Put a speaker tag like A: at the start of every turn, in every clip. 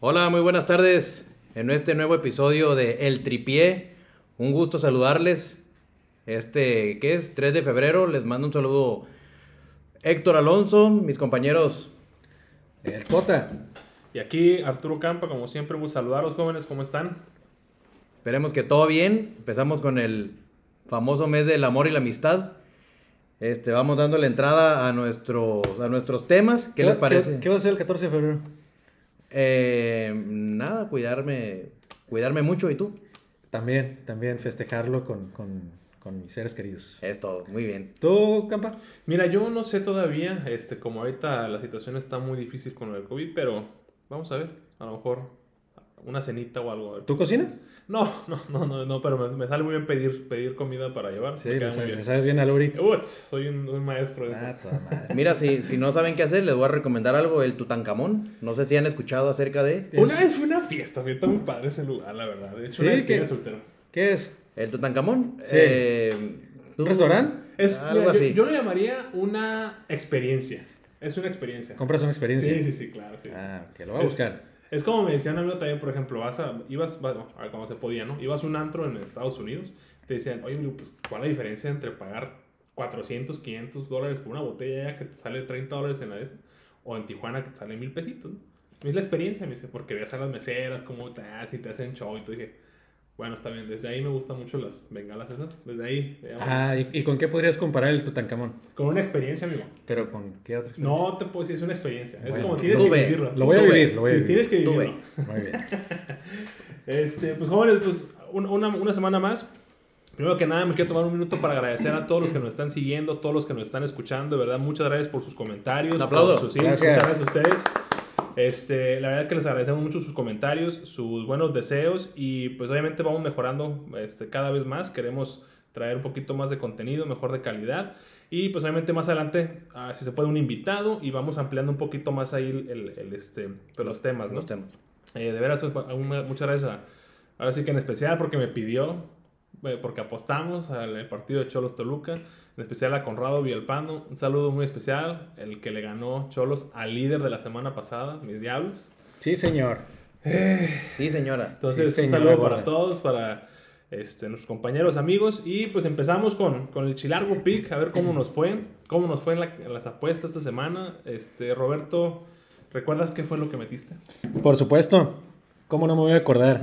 A: Hola, muy buenas tardes en este nuevo episodio de El Tripié. Un gusto saludarles. Este, ¿qué es? 3 de febrero. Les mando un saludo Héctor Alonso, mis compañeros.
B: El Cota.
C: Y aquí Arturo Campa, como siempre, un gusto saludar a los jóvenes, ¿cómo están?
A: Esperemos que todo bien. Empezamos con el famoso mes del amor y la amistad. Este, vamos dando la entrada a nuestros, a nuestros temas. ¿Qué, les
B: va-
A: parece?
B: ¿Qué, qué va a ser el 14 de febrero?
A: Eh, nada, cuidarme, cuidarme mucho. ¿Y tú?
B: También, también festejarlo con, con- con mis seres queridos.
A: Es todo, muy bien.
B: ¿Tú, Campa?
C: Mira, yo no sé todavía, este, como ahorita la situación está muy difícil con lo del COVID, pero vamos a ver, a lo mejor una cenita o algo. a ver.
B: ¿Tú cocinas?
C: No, no, no, no, no, pero me, me sale muy bien pedir, pedir comida para llevar.
B: Sí,
C: me queda
B: le
C: muy
B: sabes,
C: bien. Uh,
B: le sabes bien al ahorita.
C: Uts, soy un, un maestro de eso.
B: Ah, toda madre.
A: Mira, si, si no saben qué hacer, les voy a recomendar algo, el Tutankamón. No sé si han escuchado acerca de...
B: es-
C: Una vez fue una fiesta, fiesta muy padre ese lugar, la verdad. De hecho,
B: Sí,
C: una
B: que-
C: despedida de soltero.
B: ¿Qué es?
A: El Tutankamón.
B: Sí.
A: eh, tú- Ah,
B: ¿Un restaurante?
C: Es,
A: Algo
C: mira, yo-
A: así.
C: Yo, lo llamaría una experiencia. Es una experiencia.
B: ¿Compras una experiencia?
C: Sí, sí, sí, claro. sí.
B: Ah, que lo voy a
C: Es-
B: buscar.
C: Es como me decían algo también, por ejemplo, vas a, ibas, bueno, a ver, cuando se podía, ¿no? Ibas a un antro en Estados Unidos, te decían, oye, Blue, pues, ¿cuál es la diferencia entre pagar 400, 500 dólares por una botella allá que te sale 30 dólares en la de esta? O en Tijuana que te sale mil pesitos, ¿no? Me Es la experiencia, me dice, porque ves a las meseras, cómo te hacen, te hacen show, y tú dije, bueno, está bien, desde ahí me gustan mucho las bengalas esas, desde ahí, digamos,
B: Ah, ¿y, y con qué podrías comparar el Tutankamón?
C: con una experiencia, amigo.
B: ¿Pero con qué otra experiencia?
C: No te puedo decir, es una experiencia, es
B: Bueno,
C: como tienes
A: tú
C: que
A: ve,
C: vivirla.
B: Lo voy a
A: Tú ve.
B: vivir, lo voy a
C: Sí,
B: vivir.
C: tienes que
A: Tú ve.
C: vivirlo.
B: Muy bien.
C: Este, pues jóvenes, pues un- una, una semana más. Primero que nada, me quiero tomar un minuto para agradecer a todos los que nos están siguiendo, todos los que nos están escuchando. De verdad, muchas gracias por sus comentarios.
A: Un aplauso.
C: por sus- sí,
B: Gracias.
C: Muchas gracias a ustedes. Este, la verdad que les agradecemos mucho sus comentarios, sus buenos deseos y pues obviamente vamos mejorando este, cada vez más. Queremos traer un poquito más de contenido, mejor de calidad y pues obviamente más adelante, ah, si se puede, un invitado y vamos ampliando un poquito más ahí el, el- el, este, pues, los temas, ¿no?
A: Los temas.
C: Eh, de veras, pues, a- una- muchas gracias. a- ahora sí que en especial porque me pidió, eh, porque apostamos al al partido de Cholos Toluca, en especial a Conrado Villalpando. Un saludo muy especial, el que le ganó Cholos al líder de la semana pasada, mis diablos.
B: Sí, señor.
A: Sí, señora.
C: Entonces,
B: Sí,
C: un
B: señora
C: saludo
B: gorda.
C: para todos, para este, nuestros compañeros, amigos. Y pues empezamos con, con el Chilargo Pick, a ver cómo nos fue, cómo nos fue en, la- en las apuestas esta semana. Este, Roberto, ¿recuerdas qué fue lo que metiste?
B: Por supuesto. ¿Cómo no me voy a acordar?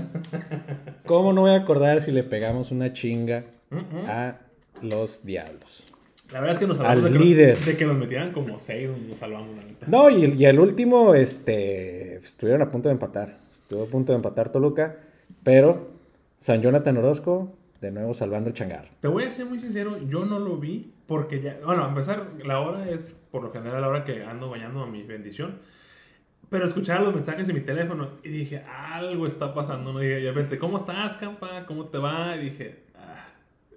B: ¿Cómo no voy a acordar si le pegamos una chinga
C: Mm,
B: a los diablos?
C: La verdad es que nos
B: Al
C: salvamos de que-
B: líder.
C: de que nos metieran como seis, nos salvamos la mitad.
B: No, y, y el último, este, estuvieron a punto de empatar. Estuvo a punto de empatar Toluca, pero San Jonathan Orozco, de nuevo salvando el changar.
C: Te voy a ser muy sincero, yo no lo vi porque ya, bueno, a empezar, la hora es por lo general la hora que ando bañando a mi bendición. Pero escuchaba los mensajes en mi teléfono y dije, algo está pasando. No dije, de repente, ¿cómo estás, campa? ¿Cómo te va? Y dije, "Ah".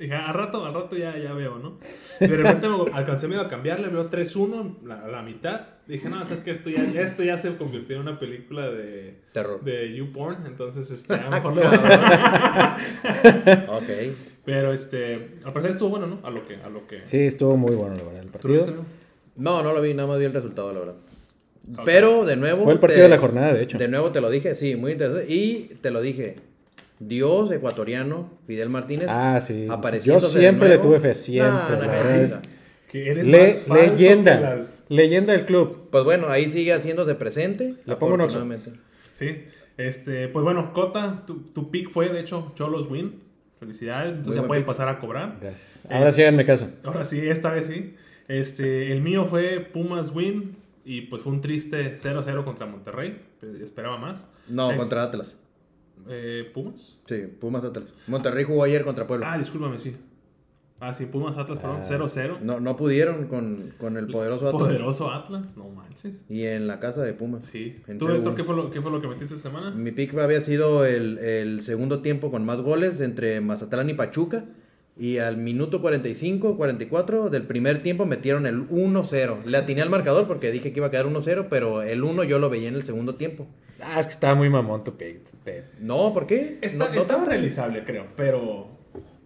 C: dije, al rato, al rato ya, ya veo, ¿no? Y de repente me alcancé medio a cambiarle, veo 3-1, la, la mitad. Dije, no, sabes que esto ya, esto ya se convirtió en una película de,
A: Terror.
C: de YouPorn, entonces este, a lo mejor le va a
A: Ok.
C: Pero este, al parecer estuvo bueno, ¿no? A lo que, a lo que.
B: Sí, estuvo muy bueno, la verdad, el
C: ¿Tú lo viste, amigo?
B: partido.
A: No, no lo vi, nada más vi el resultado, la verdad.
C: Ok.
A: Pero de nuevo.
B: Fue el partido de la jornada, de hecho.
A: De nuevo te lo dije, sí, muy interesante. Y te lo dije. Dios ecuatoriano, Fidel Martínez.
B: Ah, sí.
A: apareciéndose
B: Yo
A: de
B: siempre le
A: nuevo.
B: tuve fe, siempre.
A: Nah,
B: la
A: nah,
B: verdad
A: nah,
B: es-
A: nah.
C: Que eres
B: Le-
C: más falso
B: leyenda,
C: que las-
B: leyenda del club.
A: Pues bueno, ahí sigue haciéndose presente.
B: Le pongo un oxo.
A: afortunadamente.
C: Sí. Este, pues bueno, Cota, tu, tu pick fue, de hecho, Cholos Win. Felicidades.
A: Muy
C: Entonces ya
A: buen
C: pueden
A: pick.
C: pasar a cobrar.
B: Gracias. Ahora sí, háganme caso.
C: Ahora sí, esta vez sí. Este, el mío fue Pumas Win. Y pues fue un triste 0-0 contra Monterrey. Pues, Esperaba más.
A: No,
C: Eh,
A: contra Atlas.
C: eh, Pumas.
A: Sí, Pumas Atlas. Monterrey jugó ayer contra Puebla.
C: Ah, discúlpame, sí. Ah, sí, Pumas Atlas, perdón,
B: Ah.
C: 0-0.
A: No, no pudieron con, con el poderoso Atlas.
C: Poderoso Atlas, no manches.
A: Y en la casa de Pumas.
C: Sí.
A: En
C: ¿Tú, Héctor,
A: Seúl.
C: qué fue, lo, qué fue lo que metiste esta semana?
A: Mi pick había sido el, el segundo tiempo con más goles entre Mazatlán y Pachuca. Y al minuto 45, 44 del primer tiempo metieron el 1-0. Le atiné al marcador porque dije que iba a quedar 1-0, pero el 1 yo lo veía en el segundo tiempo.
B: Ah, es que estaba muy mamón tu pick. Te-
A: No, ¿por qué?
C: Está-
A: No- no-
C: estaba realizable, creo, pero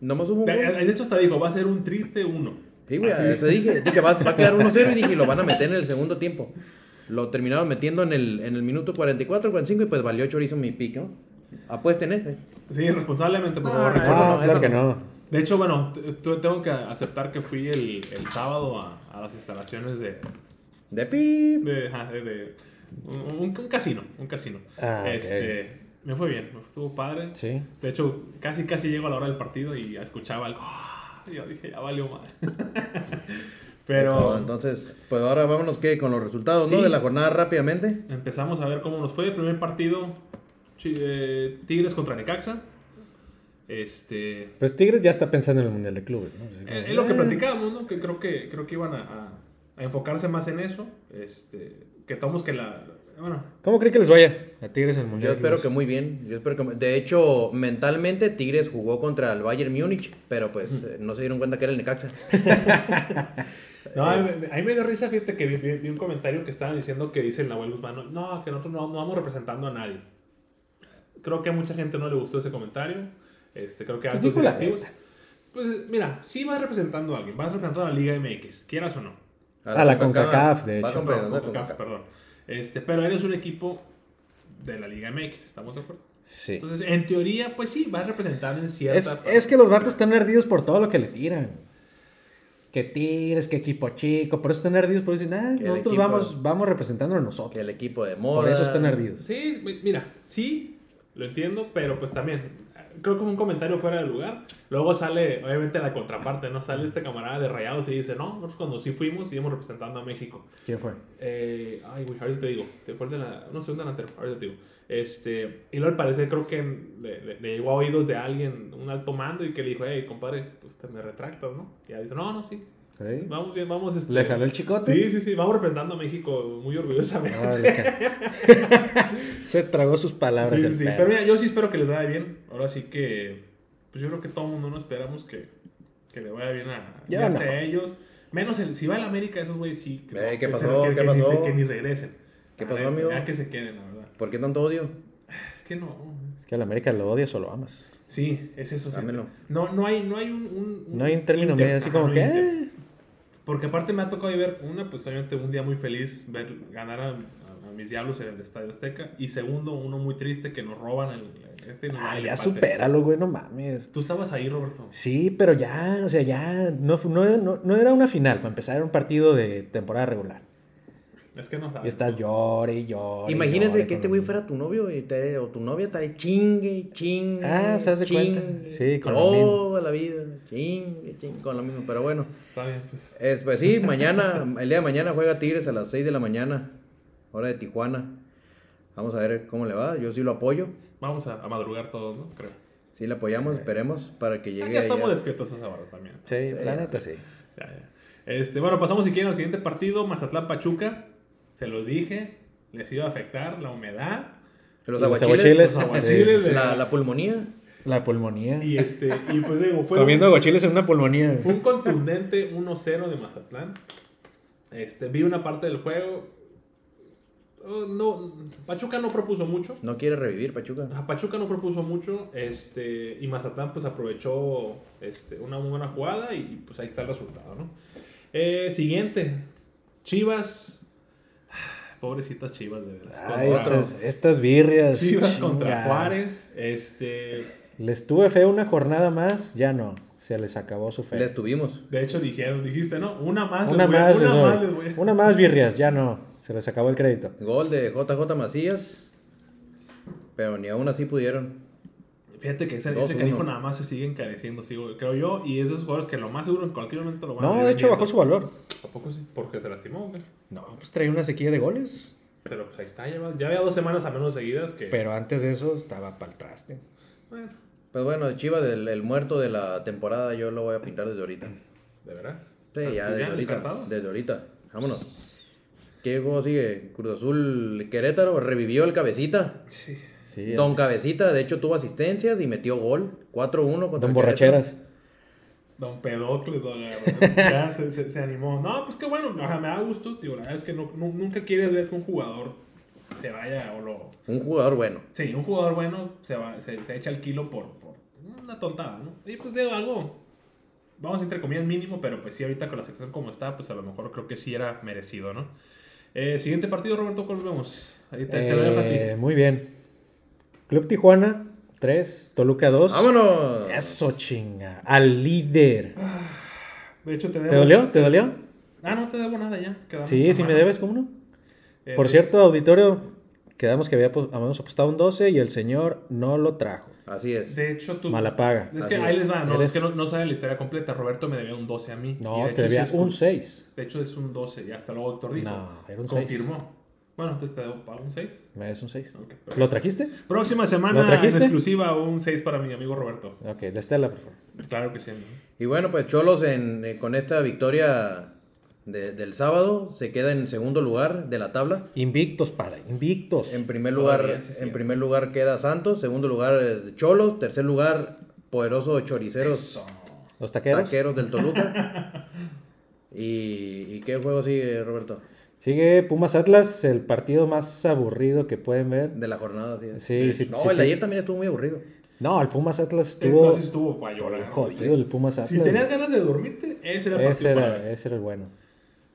A: Nomás hubo un gol.
C: De de hecho, hasta dijo, va a ser un triste uno.
A: Sí, güey,
C: Así
A: te dije, dije va, va a quedar 1-0 y dije, lo van a meter en el segundo tiempo. Lo terminaron metiendo en el, en el minuto 44, 45 y pues valió chorizo mi pique, ¿no? Apuesten este.
C: Sí, responsablemente, por
A: No,
C: favor.
A: no,
C: recuerden.
A: no,
B: Ah,
A: eso
B: claro que
A: no.
B: no.
C: De hecho, bueno, t- t- tengo que aceptar que fui el, el sábado a, a las instalaciones de,
A: De pip.
C: de, ajá, de- de- un, un casino, un casino.
B: Ah, ok.
C: este, Me fue bien, me estuvo padre.
B: Sí.
C: De hecho, casi casi llego a la hora del partido y escuchaba algo. ¡Ah! Y Yo dije, ya valió mal.
A: No,
C: Pero
A: entonces, pues ahora vámonos que con los resultados, ¿no?
C: Sí.
A: De la jornada rápidamente.
C: empezamos a ver cómo nos fue el primer partido. Chi- eh, Tigres contra Necaxa. Este,
B: Pues Tigres ya está pensando en el Mundial de Clubes, ¿no? Así como,
C: Es, es lo que
B: eh,
C: platicábamos, ¿no? Que creo que, creo que iban a, a- a enfocarse más en eso. Este, que tomamos que la... Bueno,
B: ¿Cómo cree que les vaya a Tigres en el
A: Yo
B: Mundial? de
A: espero que
B: Clubes?
A: muy bien. Yo espero que... De hecho, mentalmente Tigres jugó contra el Bayern Múnich, pero pues eh, no se dieron cuenta que era el Necaxa.
C: no, a mí me- a mí me dio risa, fíjate, que vi, vi- vi un comentario que estaban diciendo que dice el Nahuel Guzmán, no, que nosotros no, no vamos representando a nadie. Creo que a mucha gente no le gustó ese comentario. Este, creo que a
B: Pues
C: altos
B: dijo la
C: directivos. Pues mira, sí vas representando a alguien, vas representando a la Liga MX, quieras o no.
B: A la CONCACAF, de
A: va
B: hecho.
A: con-
C: Perdón,
A: va con-
C: CONCACAF, perdón. Este, pero eres un equipo de la Liga MX, ¿estamos de acuerdo?
B: Sí.
C: Entonces, en teoría, pues sí, vas representando en cierta
B: Es,
C: parte.
B: es que los vatos están ardidos por todo lo que le tiran. Que Tigres, que equipo chico. Por eso están ardidos. Por eso dicen, ah,
A: Que el
B: nosotros
A: equipo-
B: vamos, vamos representándonos
A: Que
B: nosotros.
A: el equipo de moda.
B: Por eso están ardidos.
C: Sí, mi- mira, sí, lo entiendo, pero pues también, eh, creo que fue un comentario fuera de lugar. Luego sale, obviamente, la contraparte, ¿no? Sale este camarada de Rayados y dice, no, nosotros cuando sí fuimos, íbamos representando a México.
B: ¿Quién fue?
C: Eh, ay, güey, ahorita te digo, te fue el de la, no sé, un delantero, ahorita te digo. Este, y luego al parecer creo que le, le- le llegó a oídos de alguien, un alto mando, y que le dijo, hey, compadre, pues te me retractas, ¿no? Y ya dice, no, no, sí, sí,
B: ¿Sí?
C: vamos bien, vamos. Este,
B: ¿Le jaló el chicote?
C: Sí, sí, sí, vamos representando a México muy orgullosamente.
B: Órale, ca- Se tragó sus palabras.
C: sí,
B: el
C: sí, sí.
B: perro.
C: Pero mira, yo sí espero que les vaya bien. Ahora sí que, pues yo creo que todo el mundo no esperamos que, que le vaya bien a,
B: Ya
C: ya
B: no.
C: sea a ellos. Menos el, si va el América, esos güeyes sí. Que,
A: Eh,
C: no,
A: ¿qué
C: que se-
A: pasó?
C: que-
A: ¿Qué
C: que ni
A: pasó?
C: se- que ni regresen.
A: ¿Qué
C: La
A: pasó,
C: neta,
A: amigo?
C: Ya que se queden, la verdad.
A: ¿Por qué tanto odio?
C: Es que no.
B: Es que a la América lo odias o lo amas.
C: Sí, es eso. fíjate.
A: Dámelo.
C: No, no hay, no hay un, un- un
B: No hay un término
C: inter-
B: medio así
C: Ajá,
B: como
C: no
B: que.
C: hay inter.
B: "Ah".
C: Porque aparte me ha tocado ahí ver, una, pues obviamente un día muy feliz ver ganar a, a- a mis diablos en el Estadio Azteca. Y segundo, uno muy triste que nos roban el, este y nos dan
B: Ay,
C: el
B: ya
C: empate.
B: supéralo, güey, no mames.
C: Tú estabas ahí, Roberto.
B: Sí, pero ya, o sea, ya. No, fu- no, no, no era una final, para empezar, era un partido de temporada regular.
C: Es que no sabes.
B: Y estás llore y llore. y
A: Imagínate
B: llore
A: que
B: con
A: este
B: lo
A: güey
B: mismo.
A: fuera tu novio y te- o tu novia estaría chingue, chingue.
B: Ah, se hace
A: chingue,
B: cuenta. Sí, con lo
A: Toda la vida, chingue, chingue, con lo mismo. Pero bueno,
C: Está bien, pues.
A: es, pues sí, mañana, el día de mañana juega Tigres a las 6 de la mañana, hora de Tijuana. Vamos a ver cómo le va, yo sí lo apoyo.
C: Vamos a, a madrugar todos, ¿no? Creo.
A: Sí le
B: Eh.
A: apoyamos, esperemos para que
C: Ya,
A: llegue
C: ya estamos
A: allá.
C: despiertos a esa hora también.
B: Sí, la neta sí.
C: Ya, ya. Este, bueno, pasamos si quieren al siguiente partido, Mazatlán Pachuca. Se los dije, les iba a afectar la humedad.
A: Los
B: Los
A: aguachiles,
B: aguachiles.
C: Los aguachiles de
A: la, la pulmonía.
B: La pulmonía.
C: Y este, y pues digo, fue un,
B: Comiendo aguachiles en una pulmonía.
C: fue un contundente 1-0 de Mazatlán. Este, vi una parte del juego. Oh, no, Pachuca no propuso mucho.
A: No quiere revivir, Pachuca.
C: Ajá, Pachuca no propuso mucho, este, y Mazatlán pues aprovechó este, una muy buena jugada y pues ahí está el resultado, ¿no? Eh, siguiente, Chivas. Ah, Pobrecitas Chivas, de veras.
B: Ay,
C: Contra-
B: estas, estas birrias.
C: Chivas contra
B: chinga.
C: Juárez, este...
B: Les tuve fe una jornada más, ya no. Se les acabó su fe.
A: Les tuvimos.
C: De hecho dijeron, dijiste, ¿no? Una más, les
B: Una
C: voy a-
B: más,
C: una
B: les doy.
C: más les voy a-
B: Una más, birrias, ya no. Se les acabó el crédito.
A: Gol de JJ Macías. Pero ni aún así pudieron.
C: Fíjate que ese,
A: Dos,
C: ese que dijo
A: uno.
C: nada más se sigue encareciendo, sí, güey, creo yo, y es de esos jugadores que lo más seguro en cualquier momento lo van a
B: No,
C: ir
B: de hecho
C: vendiendo.
B: bajó su valor.
C: ¿A poco sí? Porque se lastimó, güey.
B: No, pues traía una sequía de goles.
C: Pero pues ahí está, ya, va- ya había dos semanas a menos seguidas que...
B: Pero antes de eso estaba para el traste.
C: Bueno,
A: Pues bueno, Chivas, el, el muerto de la temporada, yo lo voy a pintar desde ahorita.
C: ¿De veras?
A: Sí,
C: ¿Ah,
A: ya, desde ahorita.
C: descartado?
A: Desde ahorita. Vámonos. ¿Qué juego sigue? Cruz Azul Querétaro revivió el cabecita.
C: Sí.
B: Sí.
A: Don Cabecita, de hecho, tuvo asistencias y metió gol. 4-1 contra
B: Don
A: el
B: borracheras.
C: Don Pedocles, don ya se, se- se animó. No, pues qué bueno, ajá, me da gusto, tío. La verdad es que no- nu- nunca quieres ver que un jugador se vaya o lo...
A: Querétaro. Un jugador bueno.
C: Sí, un jugador bueno se, va, se, se echa el kilo por... por... una tontada, ¿no? Y pues digo, algo, vamos entre comillas mínimo, pero pues sí, ahorita con la sección como está, pues a lo mejor creo que sí era merecido, ¿no? Eh, siguiente partido, Roberto, ¿cuál vemos? Ahí te, te lo dejo a ti.
B: Eh, muy bien. Club Tijuana, 3. Toluca, 2.
A: ¡Vámonos!
B: Eso, chinga. Al líder.
C: De hecho, te debo.
B: ¿Te dolió? ¿Te dolió?
C: Ah, no te debo nada ya. quedamos
B: Sí,
C: a
B: si me
C: mano.
B: debes, ¿cómo no?
C: Eh,
B: Por cierto, auditorio, quedamos que había- habíamos apostado un 12 y el señor no lo trajo.
A: Así es.
C: De hecho, tú.
B: Mala paga.
C: Es que
A: Así
C: ahí
A: es.
C: les va, no,
B: Eres-
C: es que no, no sabe la historia completa. Roberto me debía un 12 a mí. Y
B: No,
C: de hecho, sí
B: te debía
C: es
B: un
C: cul-
B: 6.
C: De hecho, es un 12. Y hasta luego Héctor dijo.
B: No, era un seis.
C: Confirmó. Bueno, entonces te debo pago un 6.
B: Me debes un 6.
C: Ok,
B: ¿Lo trajiste?
C: Próxima semana
B: ¿Lo trajiste?
C: en exclusiva un 6 para mi amigo Roberto.
B: Ok, de Estela, por favor.
C: Claro que sí, amigo.
A: Y bueno, pues Cholos en, eh, con esta victoria de- del sábado se queda en segundo lugar de la tabla.
B: Invictos, padre, invictos.
C: Em,
A: En primer lugar,
C: Todavía, sí,
A: en
C: cierto.
A: primer lugar queda Santos, segundo lugar eh, Cholos, tercer lugar poderoso Choriceros
C: Eso.
B: Los taqueros.
A: Taqueros del Toluca. y, ¿Y qué juego sigue, Roberto?
B: Sigue Pumas Atlas, el partido más aburrido que pueden ver.
A: De la jornada, sí.
B: Sí, sí,
A: No,
B: sí,
A: el de
B: te-
A: ayer también estuvo muy aburrido.
B: No, el Pumas Atlas
C: Es-
B: estuvo
C: no sé si estuvo para llorar.
B: jodido, el Pumas Atlas.
C: Si tenías ganas de dormirte, ese era el
B: ese,
C: partido para
B: era,
C: ver.
B: ese era el bueno.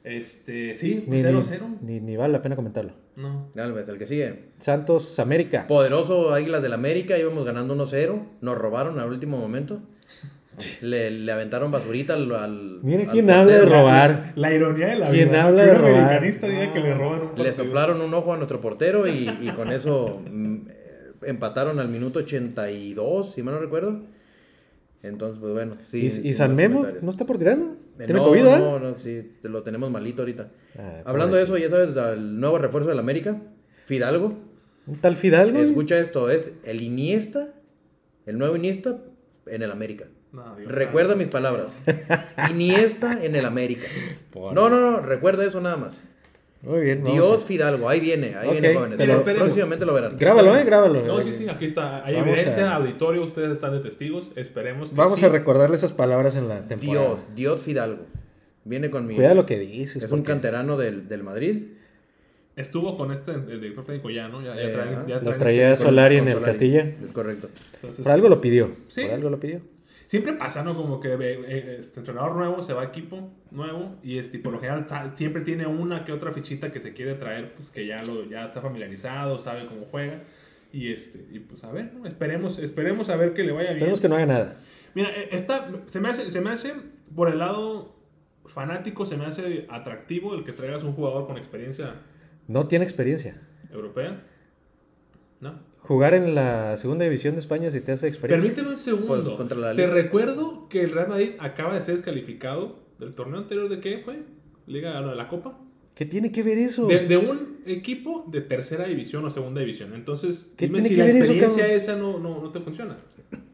C: Este, sí,
B: Ni,
C: 0-0.
B: ni- ni- ni vale la pena comentarlo.
C: No.
A: Galvez, pues, el que sigue.
B: Santos América.
A: Poderoso Águilas del América, íbamos ganando 1-0, nos robaron al último momento. Le, le aventaron basurita al. al
B: Mira
A: al
B: quién habla de
A: portero.
B: robar.
C: La ironía de la
B: ¿Quién
C: vida.
B: habla
C: Que
B: de
C: un
B: robar?
C: americanista diga que le roban un
A: Le
C: partido.
A: soplaron un ojo a nuestro portero y, y con eso mm, eh, empataron al minuto 82, si mal no recuerdo. Entonces, pues bueno. Sí,
B: ¿Y,
A: sin
B: y
A: más
B: San Memo?
A: comentarios.
B: ¿No está por tirando?
A: Eh,
B: ¿Tiene
A: no,
B: COVID? eh?
A: No, no, sí, te lo tenemos malito ahorita.
B: Ah,
A: Hablando de
B: pobrecito.
A: eso, ya sabes, el nuevo refuerzo del América, Fidalgo.
B: ¿Un tal Fidalgo? ¿eh?
A: Escucha esto, es el Iniesta, el nuevo Iniesta en el América.
C: No, Dios
A: Recuerda
C: santo.
A: mis palabras. Iniesta en el América.
B: Por-
A: No, no, no, recuerda eso nada más.
B: Muy bien, vamos
A: Dios
B: a-
A: Fidalgo, ahí viene, ahí
B: Ok,
A: viene jóvenes.
B: te lo-
C: esperemos.
A: Próximamente lo verán.
B: Grábalo, eh, grábalo.
C: No, sí, sí, aquí está. Hay
B: Vamos
C: evidencia,
B: a-
C: auditorio, ustedes están de testigos. Esperemos que
B: Vamos
C: sí.
B: a recordarle esas palabras en la temporada.
A: Dios, Dios Fidalgo. Viene conmigo.
B: Cuida ¿eh? lo que dices.
A: Es un
B: porque
A: canterano del, del Madrid.
C: Estuvo con este el director técnico ya, ¿no? Ya, ya
A: Eh,
C: traen- ya
B: lo
C: traen
B: traía
C: experiencia.
B: Solari. en
A: Con
B: el Castilla.
A: Es correcto.
C: Entonces,
B: Por algo lo pidió.
C: Sí.
B: Por algo lo pidió.
C: Siempre pasa, ¿no? Como que eh, eh, este entrenador nuevo se va a equipo nuevo y este, por lo general sa- siempre tiene una que otra fichita que se quiere traer, pues que ya, lo, ya está familiarizado, sabe cómo juega. Y, este, y pues a ver, ¿no? esperemos, esperemos a ver que le vaya bien.
B: Esperemos que no haga nada.
C: Mira, eh, esta se me, hace, se me hace, por el lado fanático, se me hace atractivo el que traigas un jugador con experiencia
B: No tiene experiencia.
C: europea. ¿No?
B: Jugar en la segunda división de España si te hace experiencia.
C: Permíteme un segundo.
A: Pues, contra la
C: Te
A: Liga.
C: recuerdo que el Real Madrid acaba de ser descalificado del torneo anterior de qué fue? Liga ah, no, de la Copa.
B: ¿Qué tiene que ver eso?
C: De, de un equipo de tercera división o segunda división. Entonces,
B: ¿Qué
C: dime
B: tiene
C: si
B: que
C: la
B: ver eso,
C: experiencia
B: cabrón?
C: esa no, no, no te funciona.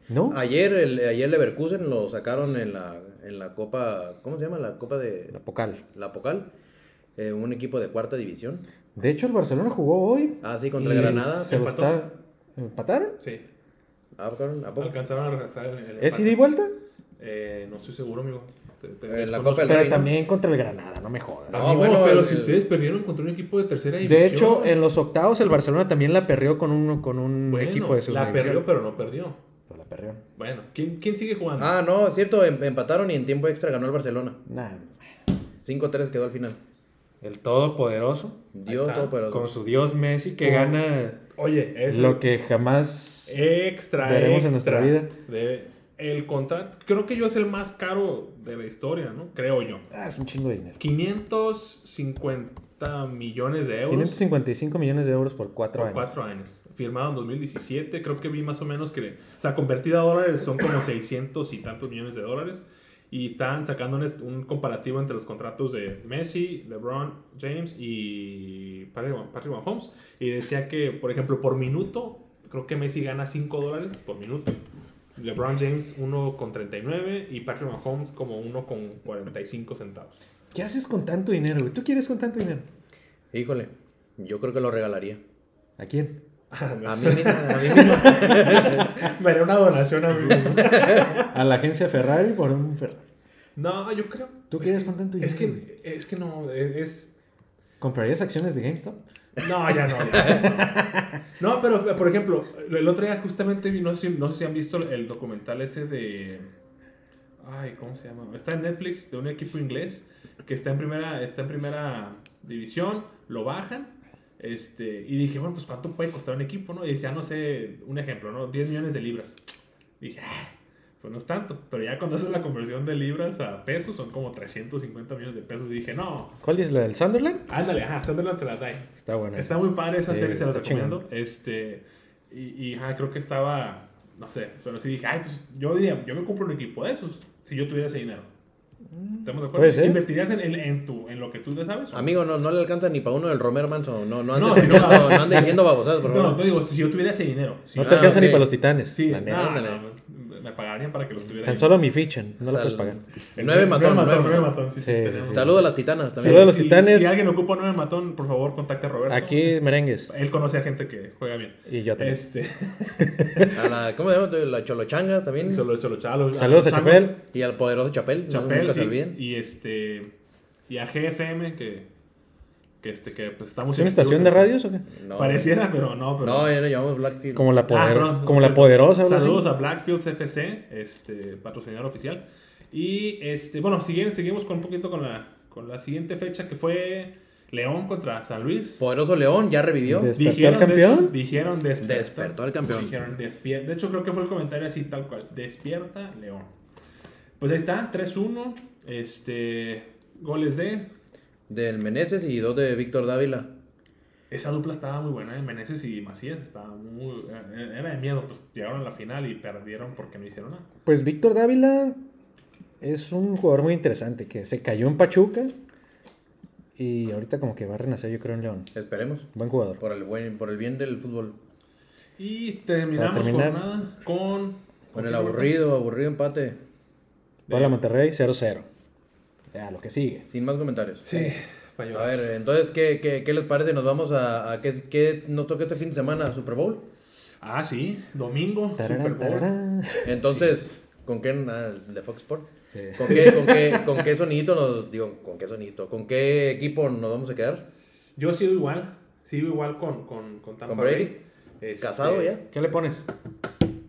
B: ¿No?
A: Ayer, el, ayer Leverkusen lo sacaron en la, en la Copa. ¿Cómo se llama? La Copa de.
B: La Pocal.
A: La Pocal. eh, un equipo de cuarta división.
B: De hecho, el Barcelona jugó hoy.
A: Ah, sí, contra
B: y
A: Granada.
B: Se lo
C: empató.
B: está... ¿Empataron?
C: Sí.
A: Ah, cabrón, ¿a poco?
C: Alcanzaron a regresar el, el
B: ¿Es
C: empate.
B: ida y vuelta?
C: Eh, no estoy seguro, amigo. Te- te
A: Eh, la
C: desconozco.
A: Copa del
B: Pero
A: Reina.
B: también contra el Granada, no me jodas.
A: No,
C: Amigo,
A: bueno,
C: pero
A: el-
C: si ustedes perdieron contra un equipo de tercera división.
B: De hecho, en los octavos el Barcelona también la perrió con un, con un
C: Bueno,
B: equipo de segunda
C: la perdió,
B: división.
C: pero no perdió.
B: Pero la perrió.
C: Bueno, ¿quién, quién sigue jugando?
A: Ah, no, es cierto, em- empataron y en tiempo extra ganó el Barcelona.
B: Nah,
A: 5-3 quedó al final.
B: el todopoderoso,
A: Dios
C: está,
A: todo poderoso.
B: con su dios Messi, que
C: Oh.
B: gana
C: Oye, es Eh,
B: lo que jamás...
C: Extra,
B: Veremos en
C: extra.
B: nuestra vida.
C: De- el contrato, creo que yo es el más caro de la historia, ¿no? Creo yo.
B: Ah, es un chingo de dinero.
C: 550 millones de euros
B: 555 millones de euros por cuatro
C: por
B: años.
C: cuatro años. Firmado en 2017, creo que vi más o menos que, o sea, convertido a dólares son como 600 y tantos millones de dólares. Y estaban sacando un, est- un comparativo entre los contratos de Messi, LeBron James y Patrick Mah- Patrick Mahomes. Y decía que, por ejemplo, por minuto, creo que Messi gana 5 dólares por minuto. LeBron James 1,39 y Patrick Mahomes como 1,45 centavos.
B: ¿Qué haces con tanto dinero, güey? ¿Tú quieres con tanto dinero?
A: Híjole, yo creo que lo regalaría.
B: ¿A quién?
A: A mí mismo, a mí mismo.
C: Me haría una donación a mí.
B: A la agencia Ferrari por un Ferrari.
C: No, yo creo.
B: ¿Tú
C: es
B: qué eres
C: que-
B: con tanto
C: Es
B: dinero,
C: que, es que no, es.
B: ¿Comprarías acciones de GameStop?
C: No, ya no. ya no. No, pero por ejemplo, el otro día justamente vi, no sé, si- no sé si han visto el documental ese de. Ay, ¿cómo se llama? Está en Netflix de un equipo inglés que está en primera, está en primera división, lo bajan. Este, y dije, bueno, pues cuánto puede costar un equipo, ¿no? Y decía, no sé, un ejemplo, ¿no? 10 millones de libras. Dije, ah, pues no es tanto. Pero ya cuando haces la conversión de libras a pesos, son como 350 millones de pesos. Y dije, no,
B: ¿Cuál es la del Sunderland?
C: ándale, ajá, Sunderland te la da.
B: Está buena.
C: Está muy padre esa
B: Sí,
C: serie, se la
B: está chingón.
C: recomiendo. Este, y, y, ajá, creo que estaba, no sé, pero sí dije, ay, pues yo diría, yo me compro un equipo de esos si yo tuviera ese dinero. ¿Estamos de acuerdo?
B: Puede ser.
C: ¿Invertirías en, en, en tu, en lo que tú ya sabes? o-
A: Amigo, no, no le alcanza ni para uno del Romero Manson. No, no andes,
C: No, si no-
A: diciendo, no, andes diciendo babosadas, por
C: No,
A: favor.
C: no digo, si yo tuviera ese dinero. Si
B: No
C: yo-
B: te
A: Ah,
B: alcanza
A: ok.
B: ni para los titanes.
C: Sí,
B: la neta.
C: no,
A: ándale.
C: no, me- me pagarían para que los tuviera.
B: Tan
C: ahí.
B: solo mi fichan, no la puedes
A: Sal-
B: pagar.
C: El
A: Nueve matón,
C: matón,
A: nueve
C: nueve matón. Sí, sí,
B: Sí, sí,
C: tenemos.
B: sí.
A: Saludos a las titanas también.
B: Saludos a los
C: Si-
B: titanes.
C: Si alguien ocupa nueve matón, por favor, contacte a Roberto.
B: Aquí merengues.
C: Él conoce a gente que juega bien.
B: Y yo también.
C: Este.
A: A la, ¿Cómo se llama? La Cholochanga también.
C: Solo, solo, chalo,
B: Saludos a
C: los
B: Chapel.
C: changos.
A: Y al poderoso Chapel. no-
C: Chapel,
A: nunca se
C: sí,
A: olviden.
C: y este y a GFM que que este que pues estamos
B: ¿Es una estación de radios o qué?
A: No.
C: Pareciera, pero no, pero
A: No, ya lo llamamos Blackfield.
B: Como la,
C: Ah,
B: poder-
C: perdón,
B: como
C: o
B: la
C: sea,
B: poderosa. algo así.
C: Saludos a Blackfields FC, este patrocinador oficial. Y este, bueno, siguen, seguimos con un poquito con la con la siguiente fecha que fue León contra San Luis.
A: Poderoso León ya revivió.
B: Des- ¿Despertó
C: Dijeron,
B: al campeón?
C: de hecho, dijeron despierta.
A: Despertó al campeón.
C: Dijeron despierta. De hecho, creo que fue el comentario así tal cual. Despierta, León. Pues ahí está, 3-1. Este, goles de...
A: Del Meneses y dos de Víctor Dávila.
C: Esa dupla estaba muy buena, de Meneses y Macías. Estaba muy... Era de miedo, pues llegaron a la final y perdieron porque no hicieron nada.
B: Pues Víctor Dávila es un jugador muy interesante que se cayó en Pachuca y ahorita como que va a renacer yo creo en León.
A: Esperemos.
B: Buen jugador.
A: Por el, buen, por el bien del fútbol.
C: Y terminamos
B: terminar.
C: jornada con...
A: Con el aburrido, aburrido empate.
B: Puebla Monterrey 0-0. Ya, lo que sigue.
A: Sin más comentarios.
C: Sí, para
A: A
C: llorar.
A: ver, entonces, ¿qué, qué, qué les parece? ¿Nos vamos a, a qué, qué nos toca este fin de semana? ¿Super Bowl?
C: Ah, sí, domingo, Super
B: Tararán,
C: Bowl.
B: tararán.
A: Entonces, ¿con qué? ah, el de Fox Sport.
B: Sí.
A: ¿Con qué, con qué, con qué sonidito nos, digo, con qué sonidito, con qué equipo nos vamos a quedar?
C: Yo sigo igual, sigo igual con, con, con Tampa
A: ¿Con Brady?
C: Bay. Este,
A: ¿Casado ya?
B: ¿Qué le pones?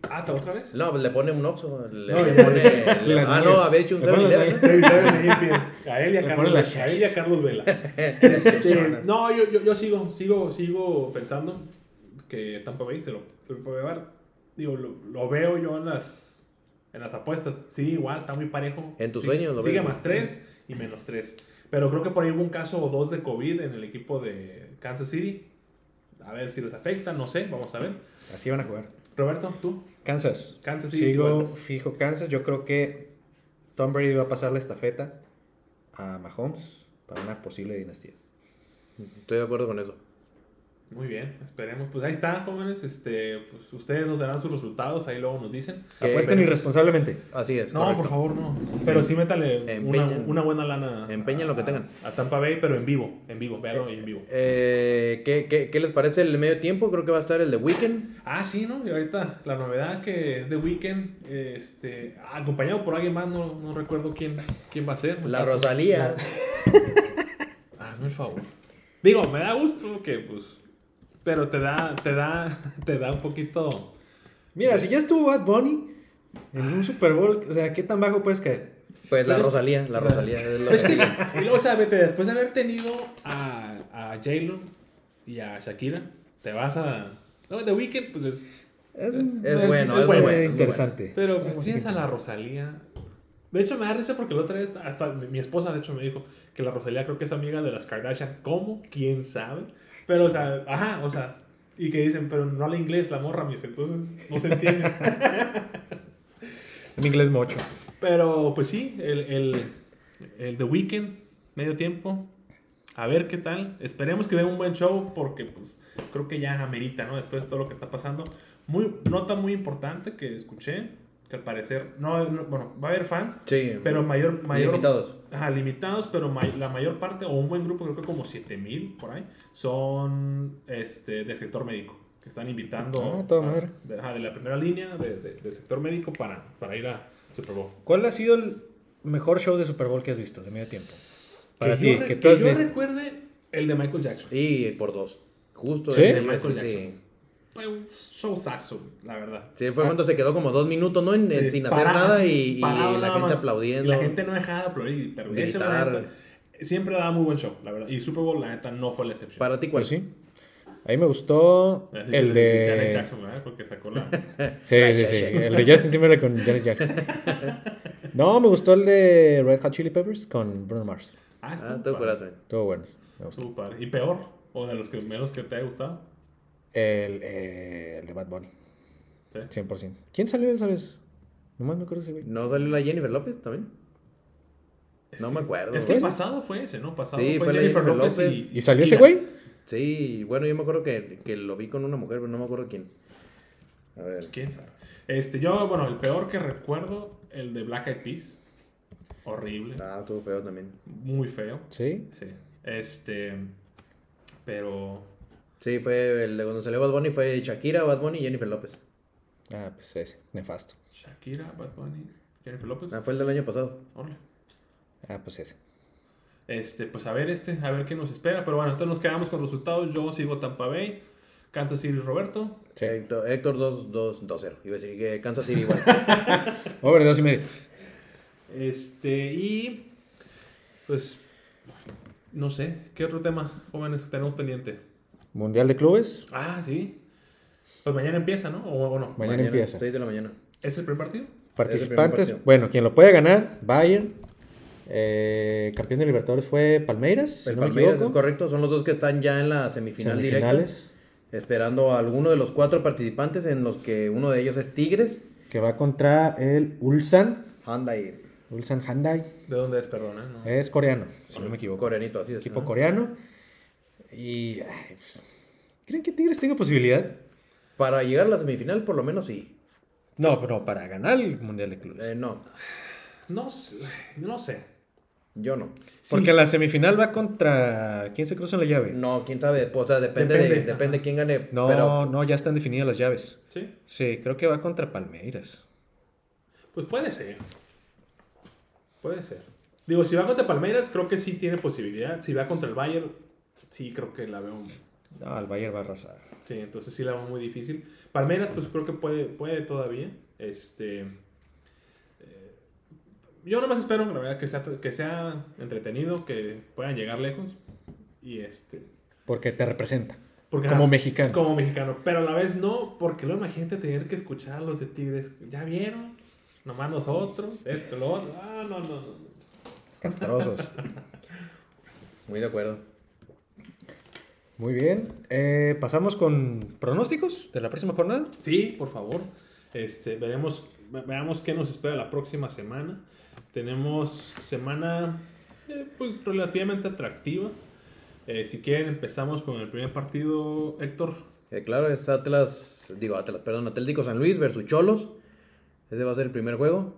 C: Ah, ¿te- ¿otra vez?
A: No, pues le pone un oxo. Le,
C: No,
A: le
C: ya.
A: pone. le- ah, no, había hecho un
B: Le pone las
A: Seven
B: nalgas.
C: Sí, David Limpio. A él y a
B: Le
C: Carlos,
B: ponen las
C: a él y a Carlos Vela. Este,
A: Eleven.
C: No, yo, yo, yo sigo, sigo, sigo pensando que Tampa Bay se lo, se lo puede llevar. Digo, lo, lo veo yo en las, en las apuestas. Sí, igual, está muy parejo.
A: En tus
C: Sí,
A: sueños lo
C: Sigue
A: veo.
C: más 3 y menos 3. Pero creo que por ahí hubo un caso o dos de COVID en el equipo de Kansas City. A ver si les afecta, no sé, vamos a ver.
B: Así van a jugar.
C: Roberto, tú.
B: Kansas.
C: Kansas City.
B: Sigo
C: igual.
B: fijo Kansas. Yo creo que Tom Brady va a pasar la estafeta a Mahomes para una posible dinastía.
A: Estoy de acuerdo con eso.
C: Muy bien, esperemos. Pues ahí está, jóvenes. Este, pues ustedes nos darán sus resultados, ahí luego nos dicen.
A: ¿Qué?
B: Apuesten irresponsablemente.
A: Así es.
C: No,
A: correcto.
C: por favor, no. Pero sí métale una,
A: Empeñen.
C: una buena lana. a-
A: Empeñen lo que
C: a-
A: tengan.
C: A Tampa Bay, pero en vivo, en vivo, véalo ahí en vivo.
A: Eh, ¿qué, qué, qué les parece el medio tiempo? Creo que va a estar el de Weekend.
C: Ah, sí, ¿no? Y ahorita la novedad que es The Weeknd, este, acompañado por alguien más, no, no recuerdo quién, quién va a ser.
A: La Rosalía.
C: Hazme el favor. Digo, me da gusto que, pues, pero te da, te da, te da un poquito...
B: Mira, si ya estuvo Bad Bunny en un Super Bowl, o sea, ¿qué tan bajo puedes caer?
A: Pues la
C: Pero es-
A: Rosalía, la Rosalía. es la
C: Pero es que,
A: que-
C: y luego, o sea, vete, después de haber tenido a, a J-Lo y a Shakira, te vas a. No, The Weeknd, pues es.
B: Eh, Es,
A: es bueno, es bueno, es
B: interesante.
C: Pero pues tienes a la Rosalía. De hecho, me da risa porque la otra vez, hasta mi mi esposa, de hecho, me dijo que la Rosalía creo que es amiga de las Kardashian. ¿Cómo? ¿Quién sabe? Pero, o sea, ajá, o sea. Y que dicen, pero no habla inglés la morra, mis, entonces no se entiende.
B: En inglés mucho.
C: Pero pues sí, el, el, el The Weeknd, medio tiempo. A ver qué tal. Esperemos que dé un buen show porque pues creo que ya amerita, ¿no? Después de todo lo que está pasando. Muy, nota muy importante que escuché, que al parecer, no, no, bueno, va a haber fans,
A: Sí,
C: pero mayor... mayor
A: limitados.
C: Ajá, limitados, pero may- la mayor parte, o un buen grupo, creo que como 7000 por ahí, son este, del sector médico, que están invitando
B: Ah, toda
C: para-
B: madre.
C: de, ajá, de la primera línea de- de- del sector médico para, para ir a Super Bowl.
B: ¿Cuál ha sido el mejor show de Super Bowl que has visto de medio tiempo? Para
C: Que
B: ti,
C: yo re-
B: que
C: que
B: tú has
C: yo
B: visto.
C: recuerde, El de Michael Jackson.
A: Y por dos. Justo
B: ¿Sí?
A: el
C: De Michael
A: sí.
C: Jackson. Fue un showzazo, la verdad.
A: Sí, fue cuando se quedó como dos minutos, ¿no? En- en-
C: Sí,
A: sin hacer
C: parado,
A: nada
C: así,
A: y, y
C: parado
A: la
C: nada
A: gente
C: más.
A: aplaudiendo.
C: Y la gente no dejaba de aplaudir, pero ese
A: Gritar.
C: la neta, siempre daba muy buen show, la verdad. Y Super Bowl, la neta, no fue la excepción.
A: Para ti, ¿cuál?
B: Pues sí. A mí me gustó
C: Así que
B: el de...
C: Janet Jackson, ¿verdad? Porque sacó la.
B: Sí, sí, sí. El de Justin Timberlake con Janet Jackson. No, me gustó el de Red Hot Chili Peppers con Bruno Mars.
C: Ah, estuvo
A: Ah, tú
C: padre.
A: acuérdate.
B: Todo buenos. Me gustó.
C: Estuvo padre. ¿Y peor? ¿O de los que menos que te haya gustado?
B: El, eh, el de Bad Bunny,
C: Sí.
B: 100%. ¿Quién salió esa vez? Nomás me acuerdo ese güey.
A: ¿No salió la Jennifer López también? No me acuerdo.
C: Es que
B: Pues,
C: el
A: güey.
C: pasado fue ese, ¿no? Pasado
A: Sí,
C: fue,
A: fue la
C: Jennifer
A: Jennifer
C: López,
A: López.
C: y.
B: ¿Y salió ese
C: la-
B: güey?
A: Sí, bueno, yo me acuerdo que, que lo vi con una mujer, pero no me acuerdo quién. A ver.
C: ¿Quién sabe? Este, yo, bueno, el peor que recuerdo, el de Black Eyed Peas. Horrible.
A: Ah, todo feo también.
C: Muy feo.
B: Sí.
C: Sí. Este. Pero.
A: Sí, fue el de cuando salió Bad Bunny, fue Shakira, Bad Bunny y Jennifer López.
B: Ah, pues ese, nefasto.
C: Shakira, Bad Bunny, Jennifer López.
A: Ah, fue el del año pasado.
C: Órale.
B: Ah, pues ese.
C: Este, pues a ver este, a ver qué nos espera. Pero bueno, entonces nos quedamos con resultados. Yo sigo Tampa Bay, Kansas City Roberto.
B: Sí.
A: Héctor, Héctor 2 2 2 0 Iba a decir que Kansas City igual.
B: Over dos y medio.
C: Este, y pues no sé, ¿qué otro tema, jóvenes, que tenemos pendiente?
B: Mundial de clubes.
C: Ah, sí. Pues mañana empieza, ¿no? O, o no.
B: Mañana empieza.
A: 6 de la mañana.
C: ¿Es el primer partido?
A: Es el primer
B: Participantes.
A: partido.
B: Bueno, quien lo puede ganar, Bayern. Eh, campeón de Libertadores fue Palmeiras. si
A: el
B: Pues no me
A: Palmeiras es
B: equivoco.
A: correcto, son los dos que están ya en la semifinal directa.
B: Semifinales,
A: Esperando a alguno de los cuatro participantes, en los que uno de ellos es Tigres,
B: Que va contra el Ulsan.
A: Hyundai.
B: Ulsan Hyundai.
C: ¿De dónde es, perdón? eh? No.
B: Es coreano, si no me equivoco.
A: Coreanito, así es.
B: Equipo
A: ¿no?
B: coreano. Y. ay, pues, ¿Creen que Tigres tenga posibilidad?
A: Para llegar a la semifinal, por lo menos sí.
B: No, pero para ganar el Mundial de Clubes.
A: Eh, no,
C: No, sé- no sé.
A: yo no.
B: Porque
C: Sí,
B: la semifinal va contra. ¿Quién se cruza en la llave? No,
A: No, quién sabe. pues, O sea, depende, de-
C: Depende,
A: depende,
C: ajá.
A: quién gane.
B: no,
A: pero
B: ya están definidas las llaves.
C: Sí,
B: Sí, creo que va contra Palmeiras.
C: pues puede ser. Puede ser. Digo, si va contra Palmeiras, creo que sí tiene posibilidad. Si va contra el Bayern, sí creo que la veo
B: No, el Bayern va a arrasar.
C: Sí, entonces sí la va muy difícil. Palmeras, pues creo que puede, puede todavía. Este. eh, Yo nomás espero, la verdad, que sea, que sea entretenido, que puedan llegar lejos. Y este.
B: Porque te representa.
C: Porque,
B: como
C: ah,
B: mexicano.
C: Como mexicano. Pero a la vez no, porque luego imagínate tener que escuchar a los de Tigres. ¿Ya vieron? Nomás nosotros, esto, lo otro. Ah, no, no, no.
B: Castrosos.
A: muy de acuerdo.
B: Muy bien. eh, Pasamos con pronósticos de la próxima jornada.
C: Sí, por favor. Este, veremos, ve- veamos qué nos espera la próxima semana. Tenemos semana eh, pues relativamente atractiva. Eh, si quieren empezamos con el primer partido, Héctor.
A: Eh, claro, es Atlas, digo Atlas, perdón, Atlético San Luis versus Cholos. Ese va a ser el primer juego.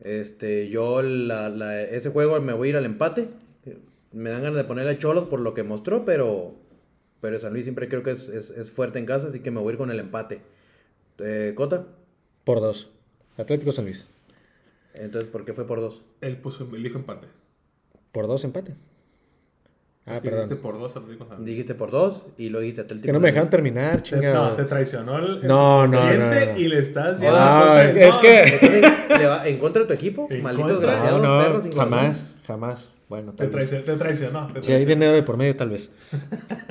A: Este, yo la- la- ese juego me voy a ir al empate. Me dan ganas de poner a Cholos por lo que mostró, pero, pero San Luis siempre creo que es, es- es fuerte en casa, así que me voy a ir con el empate. Eh, Cota,
B: Por dos. Atlético San Luis.
A: entonces, ¿por qué fue por dos?
C: Él puso, elijo empate.
B: Por dos empate. Ah,
C: Es que
B: perdón.
C: dijiste por dos Atlético San Luis.
A: Dijiste por dos y lo dijiste
B: Es
A: Atlético.
B: que no me
A: San Luis.
B: dejaron terminar,
C: Te- No,
B: chingado.
C: te traicionó el, el
B: No, no,
C: subconsciente
B: no, no.
C: y le estás
A: No,
C: llevando-
B: es- es que-
A: Entonces, ¿le va en contra de tu equipo?
C: En
A: Malditos
C: contra.
A: desgraciados,
B: No, no,
A: perros sin corazón.
B: jamás, jamás. Bueno,
C: Te
B: tal vez.
C: traicionó, te traicionó. te
B: Si hay
C: traicionó.
B: dinero de por medio, tal vez.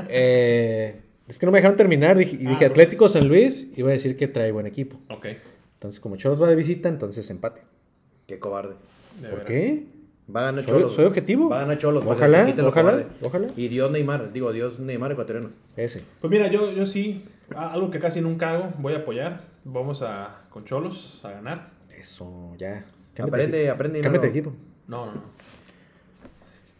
B: Eh, es que no me dejaron terminar. Dije, y
C: Ah,
B: dije
C: bueno.
B: Atlético San Luis, iba a decir que trae buen equipo.
C: Ok.
B: Entonces, como Cholos va de visita, entonces empate.
A: Qué cobarde.
C: de
B: ¿Por
C: veras.
B: qué?
A: Va a ganar
B: Soy-
A: Cholos.
B: soy objetivo.
A: Va a ganar Cholos. porque
B: Ojalá,
A: aquí te lo
B: ojalá,
A: cobarde.
B: ojalá.
A: Y Dios Neymar, digo, Dios Neymar ecuatoriano.
B: Ese.
C: Pues mira, yo, yo sí, a- algo que casi nunca hago, voy a apoyar. Vamos a con Cholos a ganar.
B: Eso, ya.
A: Aprende,
B: de equipo.
A: aprende, Dinero.
B: Cámbiate de equipo.
C: No, no, no.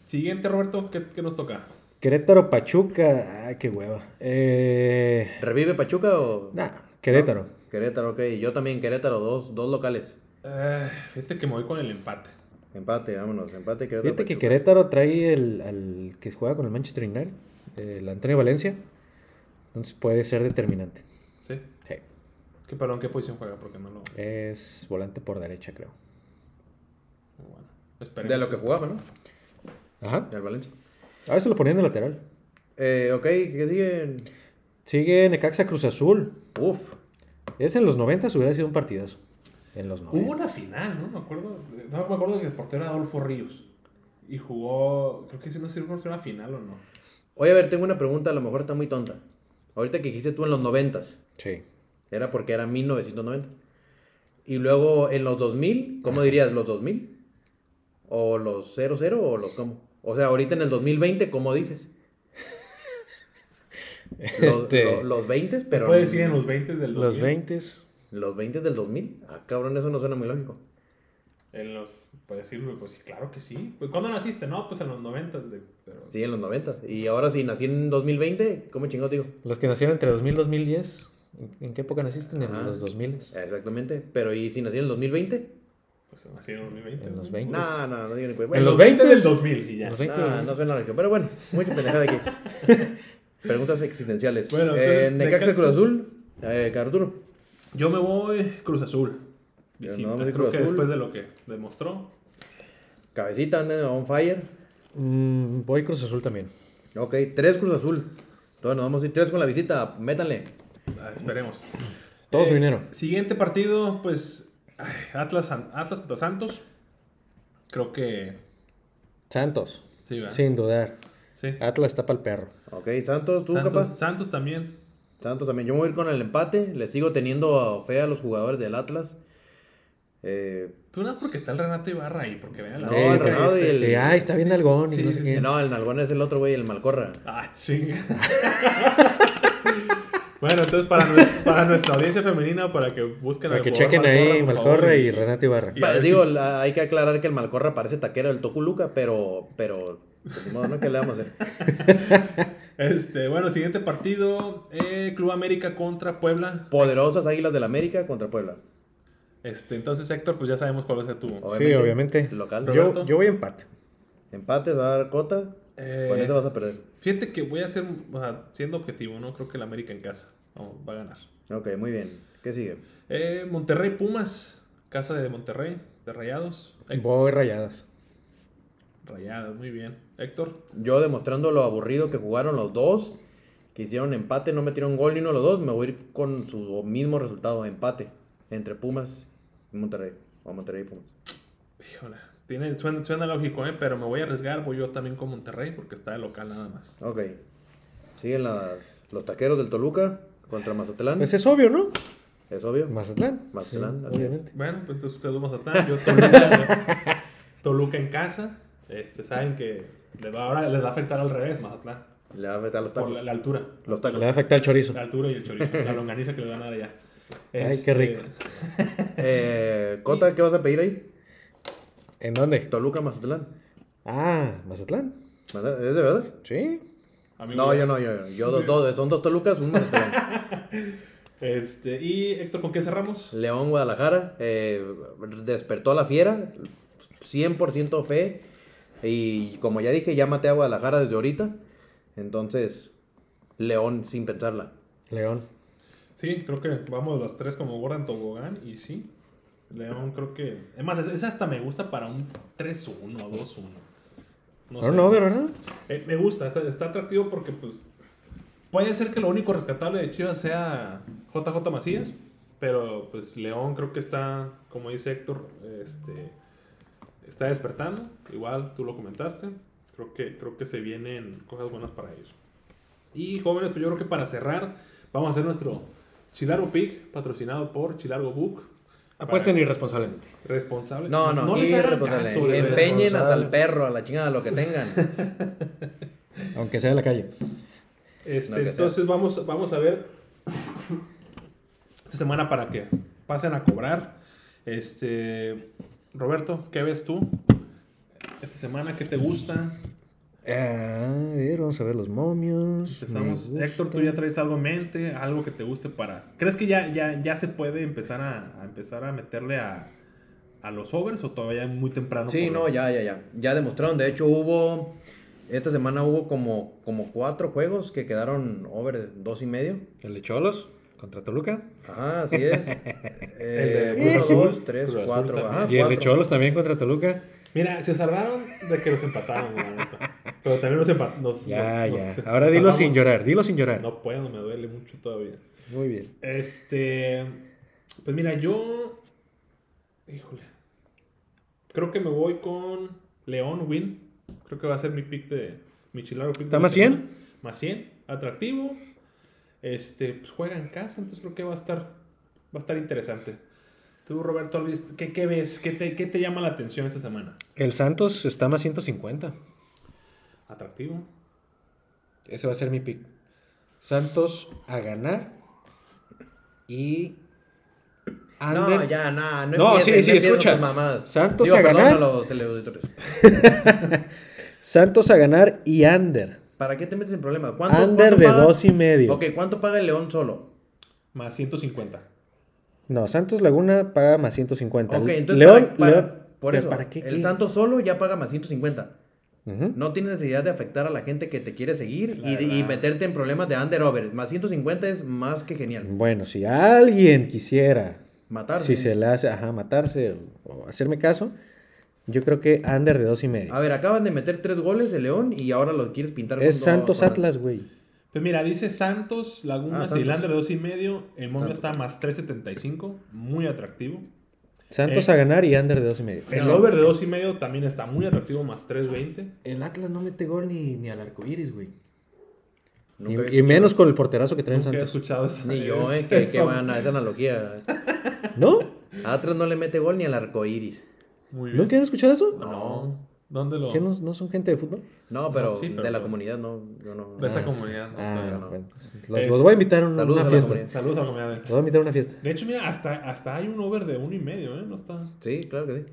C: Siguiente, Roberto, ¿qué, qué nos toca?
B: Querétaro, Pachuca. Ay, qué hueva. Eh,
A: ¿Revive Pachuca o
B: nah, Querétaro.
A: Querétaro? Ok, yo también Querétaro, dos, dos locales.
C: Eh, fíjate que me voy con el empate.
A: Empate, vámonos, empate Querétaro.
B: Fíjate que
A: Pachuca.
B: Querétaro trae el, al que juega con el Manchester United, el Antonio Valencia. Entonces puede ser determinante.
C: ¿Sí?
B: Sí.
C: ¿Qué, perdón, ¿qué posición juega? Porque no lo.
B: Es volante por derecha, creo.
C: Bueno, esperemos.
A: De lo que jugaba, ¿no?
B: Ajá.
A: El Valencia.
B: A veces lo ponían de lateral.
A: Eh, ok, ¿qué siguen?
B: Sigue Necaxa Cruz Azul.
A: Uf.
B: Es en los 90 hubiera sido un partidazo. En los
C: Hubo
B: 90.
C: una final, ¿no? Me acuerdo. No me acuerdo que el portero era Adolfo Ríos. Y jugó. Creo que si no sé si era una final o no.
A: Oye, a ver, tengo una pregunta, a lo mejor está muy tonta. Ahorita que dijiste tú en los 90
B: Sí.
A: era porque era 1990. Y luego en los 2000, ¿cómo dirías? ¿Los 2000? ¿O los 00 o los cómo? O sea, ahorita en el 2020, ¿cómo dices? Los,
B: Este,
A: lo- los 20,
C: Pero
A: pero...
C: puede decir en los 20 del 2000.
B: los 20.
A: ¿Los 20 del 2000? Ah, cabrón, eso no suena muy lógico.
C: En los. Puedes decirlo, pues sí, claro que sí. Pues, ¿Cuándo naciste? No, pues en los 90. De, pero,
A: Sí, en los 90. Y ahora si nací en 2020, ¿cómo chingados digo?
B: Los que nacieron entre 2000 y 2010. ¿En- ¿En qué época naciste? En
A: Ajá. Eh.
B: los 2000.
A: Exactamente. Pero ¿y si nací en el 2020?
C: Pues nací en los 2020.
B: En los
C: ¿no? Pues,
B: 20.
A: No, no, no digo ni
B: Pues, En los
C: 20
B: 20s.
C: del 2000 y ya.
B: Los 20.
A: No, no suena lógico. Pero bueno, mucha pendejada aquí. Preguntas existenciales.
C: Bueno,
A: eh,
C: entonces,
A: Necaxa
C: Necaxa.
A: Cruz Azul, eh, Arturo.
C: Yo me voy Cruz Azul.
A: Yo
C: Visita.
A: no, me voy
C: Creo
A: Cruz
C: que
A: Azul.
C: después de lo que demostró.
A: Cabecita, andan on fire.
B: Mm, voy Cruz Azul también.
A: Ok, tres Cruz Azul. Entonces nos vamos a ir tres con la visita. Métanle.
C: Ah, Esperemos.
B: Todo su
C: Eh,
B: dinero.
C: Siguiente partido, pues ay, Atlas, San- Atlas contra Santos. Creo que
B: Santos.
C: sí, ¿verdad?
B: Sin dudar.
C: Sí.
B: Atlas tapa al perro.
A: Ok, Santos, Ah, tú,
C: Santos,
A: capaz.
C: Santos también.
A: Santos también. Yo me voy a ir con el empate. Le sigo teniendo fe a los jugadores del Atlas. Eh,
C: Tú no porque está el Renato Ibarra ahí, porque vean la
A: No, el Renato y el-
B: Sí, ay, está bien algón y
C: Sí,
B: no
C: sí,
B: sé
C: sí,
B: qué.
A: no, el Nalgón es el otro güey, el Malcorra.
C: Ah, chinga. bueno, entonces para, nue- para nuestra audiencia femenina, para que busquen
B: Para
C: al
B: que
C: jugador
B: chequen ahí
C: por favor,
B: Malcorra y Renato Ibarra.
C: Y a
A: Pa-
C: ver
A: Eh, Digo,
C: si-
A: la- hay que aclarar que el Malcorra parece taquero del Toculuca, pero. pero pues, ni modo, ¿no? ¿Qué le vamos a hacer?
C: Este, bueno, siguiente partido, eh, Club América contra Puebla.
A: Poderosas Águilas del América contra Puebla.
C: Este, entonces Héctor, pues ya sabemos cuál va a ser tu.
B: Sí, obviamente.
A: Local.
C: Pero-
B: Yo,
C: Roberto.
B: yo voy a empate.
A: Empate, va a dar cota.
C: Eh,
A: Con eso vas a perder.
C: Fíjate que voy a ser, o sea, siendo objetivo, ¿no? Creo que el América en casa vamos, va a ganar.
A: Ok, muy bien. ¿Qué sigue?
C: Eh, Monterrey Pumas, casa de Monterrey, de Rayados. Eh,
B: Voy rayadas.
C: Rayados, muy bien. Héctor,
A: Yo demostrando lo aburrido que jugaron los dos, que hicieron empate, no metieron gol ni uno de los dos, me voy a ir con su mismo resultado, empate, entre Pumas y Monterrey. O Monterrey y Pumas.
C: híjole, tiene, suena, suena lógico, ¿eh? Pero me voy a arriesgar, voy yo también con Monterrey porque está de local nada más.
A: Ok. Siguen las- los taqueros del Toluca contra Mazatlán.
B: Pues es obvio, ¿no?
A: Es obvio.
B: Mazatlán.
A: Mazatlán,
B: Sí,
A: así es.
B: obviamente.
C: Bueno, pues entonces ustedes vamos a Mazatlán, yo Toluca, Toluca en casa. Este, saben que les va, ahora les va a afectar al revés Mazatlán,
A: Le va a meter los
C: por
A: tacos.
C: la, la altura.
A: Los
B: Le
A: tacos.
B: va a afectar el chorizo.
C: La altura y el chorizo, la longaniza que le van a dar allá. Este,
B: Ay, qué rico.
A: Eh, Cota, ¿qué vas a pedir ahí?
B: ¿En dónde?
A: Toluca, Mazatlán.
B: Ah, Mazatlán.
A: ¿Es de verdad?
B: Sí.
C: Amigo,
A: No, yo no, yo, yo, yo dos,
C: Sí.
A: dos, son dos Tolucas, un Mazatlán.
C: Este, y Héctor, ¿con qué cerramos?
A: León Guadalajara eh, despertó a la fiera, 100% fe. Y como ya dije, ya maté a Guadalajara desde ahorita. Entonces, León sin pensarla.
B: León.
C: Sí, creo que vamos los tres como gorda en tobogán y sí. León creo que... Es más, es- esa hasta me gusta para un 3-1 o 2-1.
B: No,
C: sé.
B: no, de verdad.
C: Eh, me gusta, está, está atractivo porque pues... Puede ser que lo único rescatable de Chivas sea JJ Macías, pero pues León creo que está, como dice Héctor, este, está despertando. Igual tú lo comentaste. Creo que, creo que se vienen cosas buenas para ellos. Y jóvenes, pues yo creo que para cerrar, vamos a hacer nuestro Chilargo Pig, patrocinado por Chilargo Book.
B: Apuesten irresponsablemente.
C: Responsable.
A: No, no,
C: les hagan
A: irresponsable.
C: caso, de verdad.
A: Empeñen hasta
B: Irresponsable.
A: el perro, a la chingada, lo que tengan.
B: Aunque sea de la calle.
C: Este,
A: No, que sea.
C: entonces vamos, vamos a ver esta semana para que pasen a cobrar. Este, Roberto, ¿qué ves tú? Esta semana, ¿qué te gusta?
B: Ah, a ver, vamos a ver los momios.
C: Empezamos.
B: Me gusta.
C: Héctor, ¿tú ya traes algo en mente? ¿Algo que te guste para...? ¿Crees que ya, ya, ya se puede empezar a, a empezar a meterle a, a los overs o todavía es muy temprano?
A: Sí,
C: por-
A: no, ya, ya, ya. Ya demostraron. De hecho, hubo. Esta semana hubo como, como cuatro juegos que quedaron over dos y medio.
B: El de Cholos contra Toluca.
A: Ajá, así es. Eh,
C: El de Cruz
A: uno,
C: Azul.
A: dos, tres,
C: Cruz Azul
A: cuatro.
B: Ah,
C: también.
A: Ajá,
B: Y el de
A: cuatro.
B: Cholos también contra Toluca.
C: Mira, se salvaron de que los empataron. la neta. Pero también nos empa- nos-
D: Ya,
C: nos-
D: ya.
C: nos-
D: Ahora
C: nos
D: dilo sin
C: zafamos.
D: llorar, dilo sin llorar.
C: No puedo, me duele mucho todavía.
D: Muy bien.
C: Este. Pues mira, yo. Híjole. Creo que me voy con León Win. Creo que va a ser mi pick de. Mi chilaro pick.
D: ¿Está
C: de la
D: más
C: semana.
D: 100?
C: Más 100. Atractivo. Este. Pues juega en casa, entonces creo que va a estar. Va a estar interesante. Tú, Roberto Alvis, ¿qué, qué ves? ¿Qué te, ¿Qué te llama la atención esta semana?
D: El Santos está más 150.
C: Atractivo.
D: Ese va a ser mi pick. Santos a ganar y under.
A: No, ya, no, no.
D: No,
A: empiecen,
D: sí, sí,
A: empiecen
D: escucha.
A: tus mamadas.
D: Santos
A: Digo,
D: a
A: perdón
D: ganar.
A: a los teleauditores.
B: Santos a ganar y under.
A: ¿Para qué te metes en problemas? ¿Cuánto,
B: Under
A: cuánto
B: de
A: paga?
B: dos y medio.
A: Ok, ¿cuánto paga el León solo?
C: Más 150.
B: No, Santos Laguna paga más 150.
A: Ok, entonces
B: León,
A: para, para-
B: León-
A: por
B: ¿Pero
A: eso,
B: ¿para qué,
A: el
B: qué?
A: Santos solo ya paga más 150.
B: Ujú.
A: No tiene necesidad de afectar a la gente que te quiere seguir
C: La
A: y, de- y
C: verdad.
A: meterte en problemas de under over. Más 150 es más que genial.
B: Bueno, si alguien quisiera,
A: Matarse.
B: si se le hace, ajá, matarse o, o hacerme caso, yo creo que under de dos y medio.
A: A ver, acaban de meter tres goles de León y ahora lo quieres pintar con
B: es
A: todo-
B: Santos
A: con-
B: Atlas, güey.
C: Pues mira, dice Santos, Laguna,
A: Ah, Santos.
C: Cilander de dos y medio. El momio
A: Santos.
C: está más 375. Muy atractivo.
B: Santos
C: Eh.
B: a ganar y under de dos y medio.
C: El
A: No.
C: over de dos y medio también está muy atractivo, más 320.
D: El Atlas no mete gol ni, ni al arco iris, güey.
A: Nunca
B: Y-
A: había
B: y, menos con el porterazo que traen
C: Nunca he
B: Santos.
C: escuchado eso.
A: Ni yo, eh, que, que van a esa analogía.
B: ¿No?
A: A Atlas no le mete gol ni al arco iris.
C: Muy bien.
B: ¿Nunca han escuchado eso?
C: No. ¿Dónde lo?
B: ¿Qué no, no son gente de fútbol?
A: No, pero,
C: No, sí, pero-
A: de la comunidad no. Yo no.
C: De esa
A: Ah.
C: comunidad. no,
B: Ah,
C: todavía no.
B: bueno. Los,
C: Es-
B: los voy a invitar a una,
A: Saludos
B: una
A: a la
B: fiesta.
A: comunidad.
B: Los
C: Saludos a la comunidad.
B: voy a invitar a una fiesta.
C: De hecho, mira, hasta, hasta hay un over de uno y medio, ¿eh? No está.
A: Sí, claro que sí.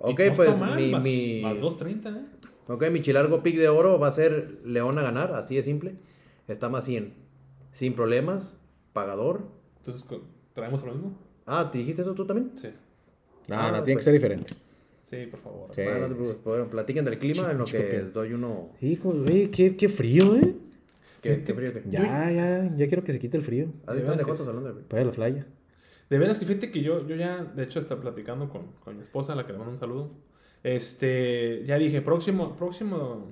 A: Ok,
C: no
A: pues
C: está mal,
A: mi,
C: más,
A: mi-
C: más 230, ¿eh?
A: ok, mi chilargo pick de oro va a ser León a ganar, así de simple. Está más 100. Sin problemas, pagador.
C: Entonces, co- ¿traemos lo mismo?
A: Ah, ¿te dijiste eso tú también?
C: Sí.
B: No,
A: Ah,
B: no, tiene que
A: pues.
B: ser diferente.
C: Sí, por favor.
B: Sí.
A: Bueno, no te preocupes. pues, Bueno, platiquen del clima en lo
B: Chico,
A: que
B: chico,
A: doy uno.
B: Sí, como, güey, qué, qué frío, ¿eh?
A: Qué, qué frío que.
B: Ya, ya, ya quiero que se quite el frío.
A: Ah,
C: De
A: ¿están de
C: veras que
A: cuántos
C: sí.
A: hablando? güey?
B: Para la playa.
C: De veras que fíjate que yo, yo ya, de hecho, estaba platicando con, con mi esposa, a la que le mando un saludo. Este, ya dije, próximo, próximo,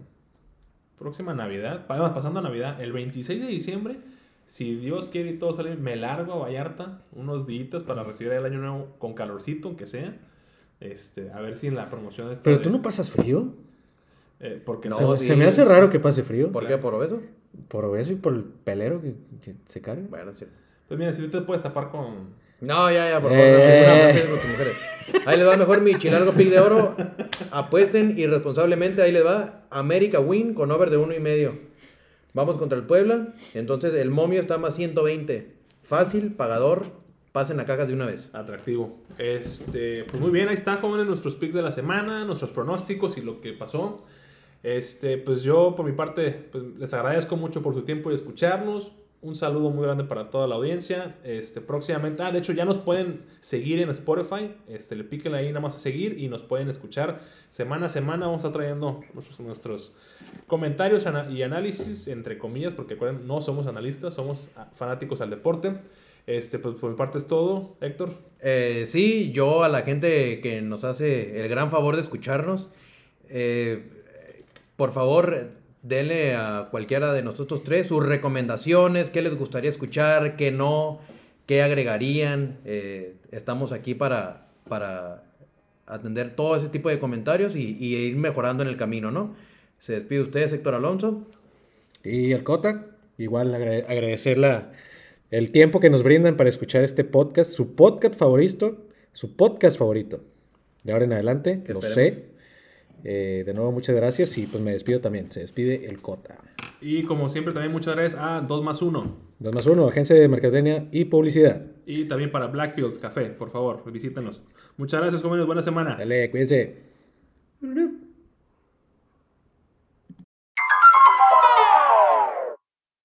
C: próxima Navidad, pa- además, pasando a Navidad, el 26 de diciembre, si Dios quiere y todo sale, bien, me largo a Vallarta unos días para recibir el año nuevo con calorcito, aunque sea. Este, a ver si en la promoción está. eh,
B: Pero tú no pasas frío.
C: porque
A: No,
B: se,
C: se-
B: se
A: sí.
B: me hace raro que pase frío.
A: ¿Por
B: Por,
A: qué? ¿Por obeso?
B: eso y por el pelero que, que se carga.
A: Bueno, sí.
C: Pues mira, si tú te puedes tapar con.
A: No, ya, ya, por favor.
B: Eh.
A: no, no, no, no, no, no, no, mujeres. Ahí les va mejor mi chilargo pick de oro. Apuesten irresponsablemente, ahí les va. América win con over de uno y medio. Vamos contra el Puebla. Entonces el momio está más 120. Fácil, pagador. Pasen a cajas de una vez.
C: Atractivo. Este, pues muy bien, ahí están jóvenes nuestros picks de la semana, nuestros pronósticos y lo que pasó. Este, pues yo por mi parte pues, les agradezco mucho por su tiempo y escucharnos. Un saludo muy grande para toda la audiencia. Este, próximamente, ah, de hecho ya nos pueden seguir en Spotify. Este, le piquen ahí nada más a seguir y nos pueden escuchar semana a semana. Vamos a estar trayendo nuestros, nuestros comentarios ana- y análisis, entre comillas, porque recuerden, no somos analistas, somos ah, fanáticos al deporte. Este, pues por mi parte es todo, Héctor.
A: Eh, sí, yo a la gente que nos hace el gran favor de escucharnos, eh, por favor, denle a cualquiera de nosotros tres sus recomendaciones, qué les gustaría escuchar, qué no, qué agregarían. Eh, estamos aquí para, para atender todo ese tipo de comentarios y, y ir mejorando en el camino, ¿no? Se despide usted, Héctor Alonso.
B: Y el Cota, igual agrade- agradecer la- el tiempo que nos brindan para escuchar este podcast, su podcast favorito, su podcast favorito. De ahora en adelante,
A: Que
B: lo
A: esperemos.
B: sé. Eh, de nuevo, muchas gracias y pues me despido también. Se despide el Cota.
C: Y como siempre, también muchas gracias a 2 más 1.
B: Dos más uno, agencia de mercadotecnia y publicidad.
C: Y también para Blackfields Café, por favor, visítenos. Muchas gracias, jóvenes. Buena semana.
B: Dale, cuídense.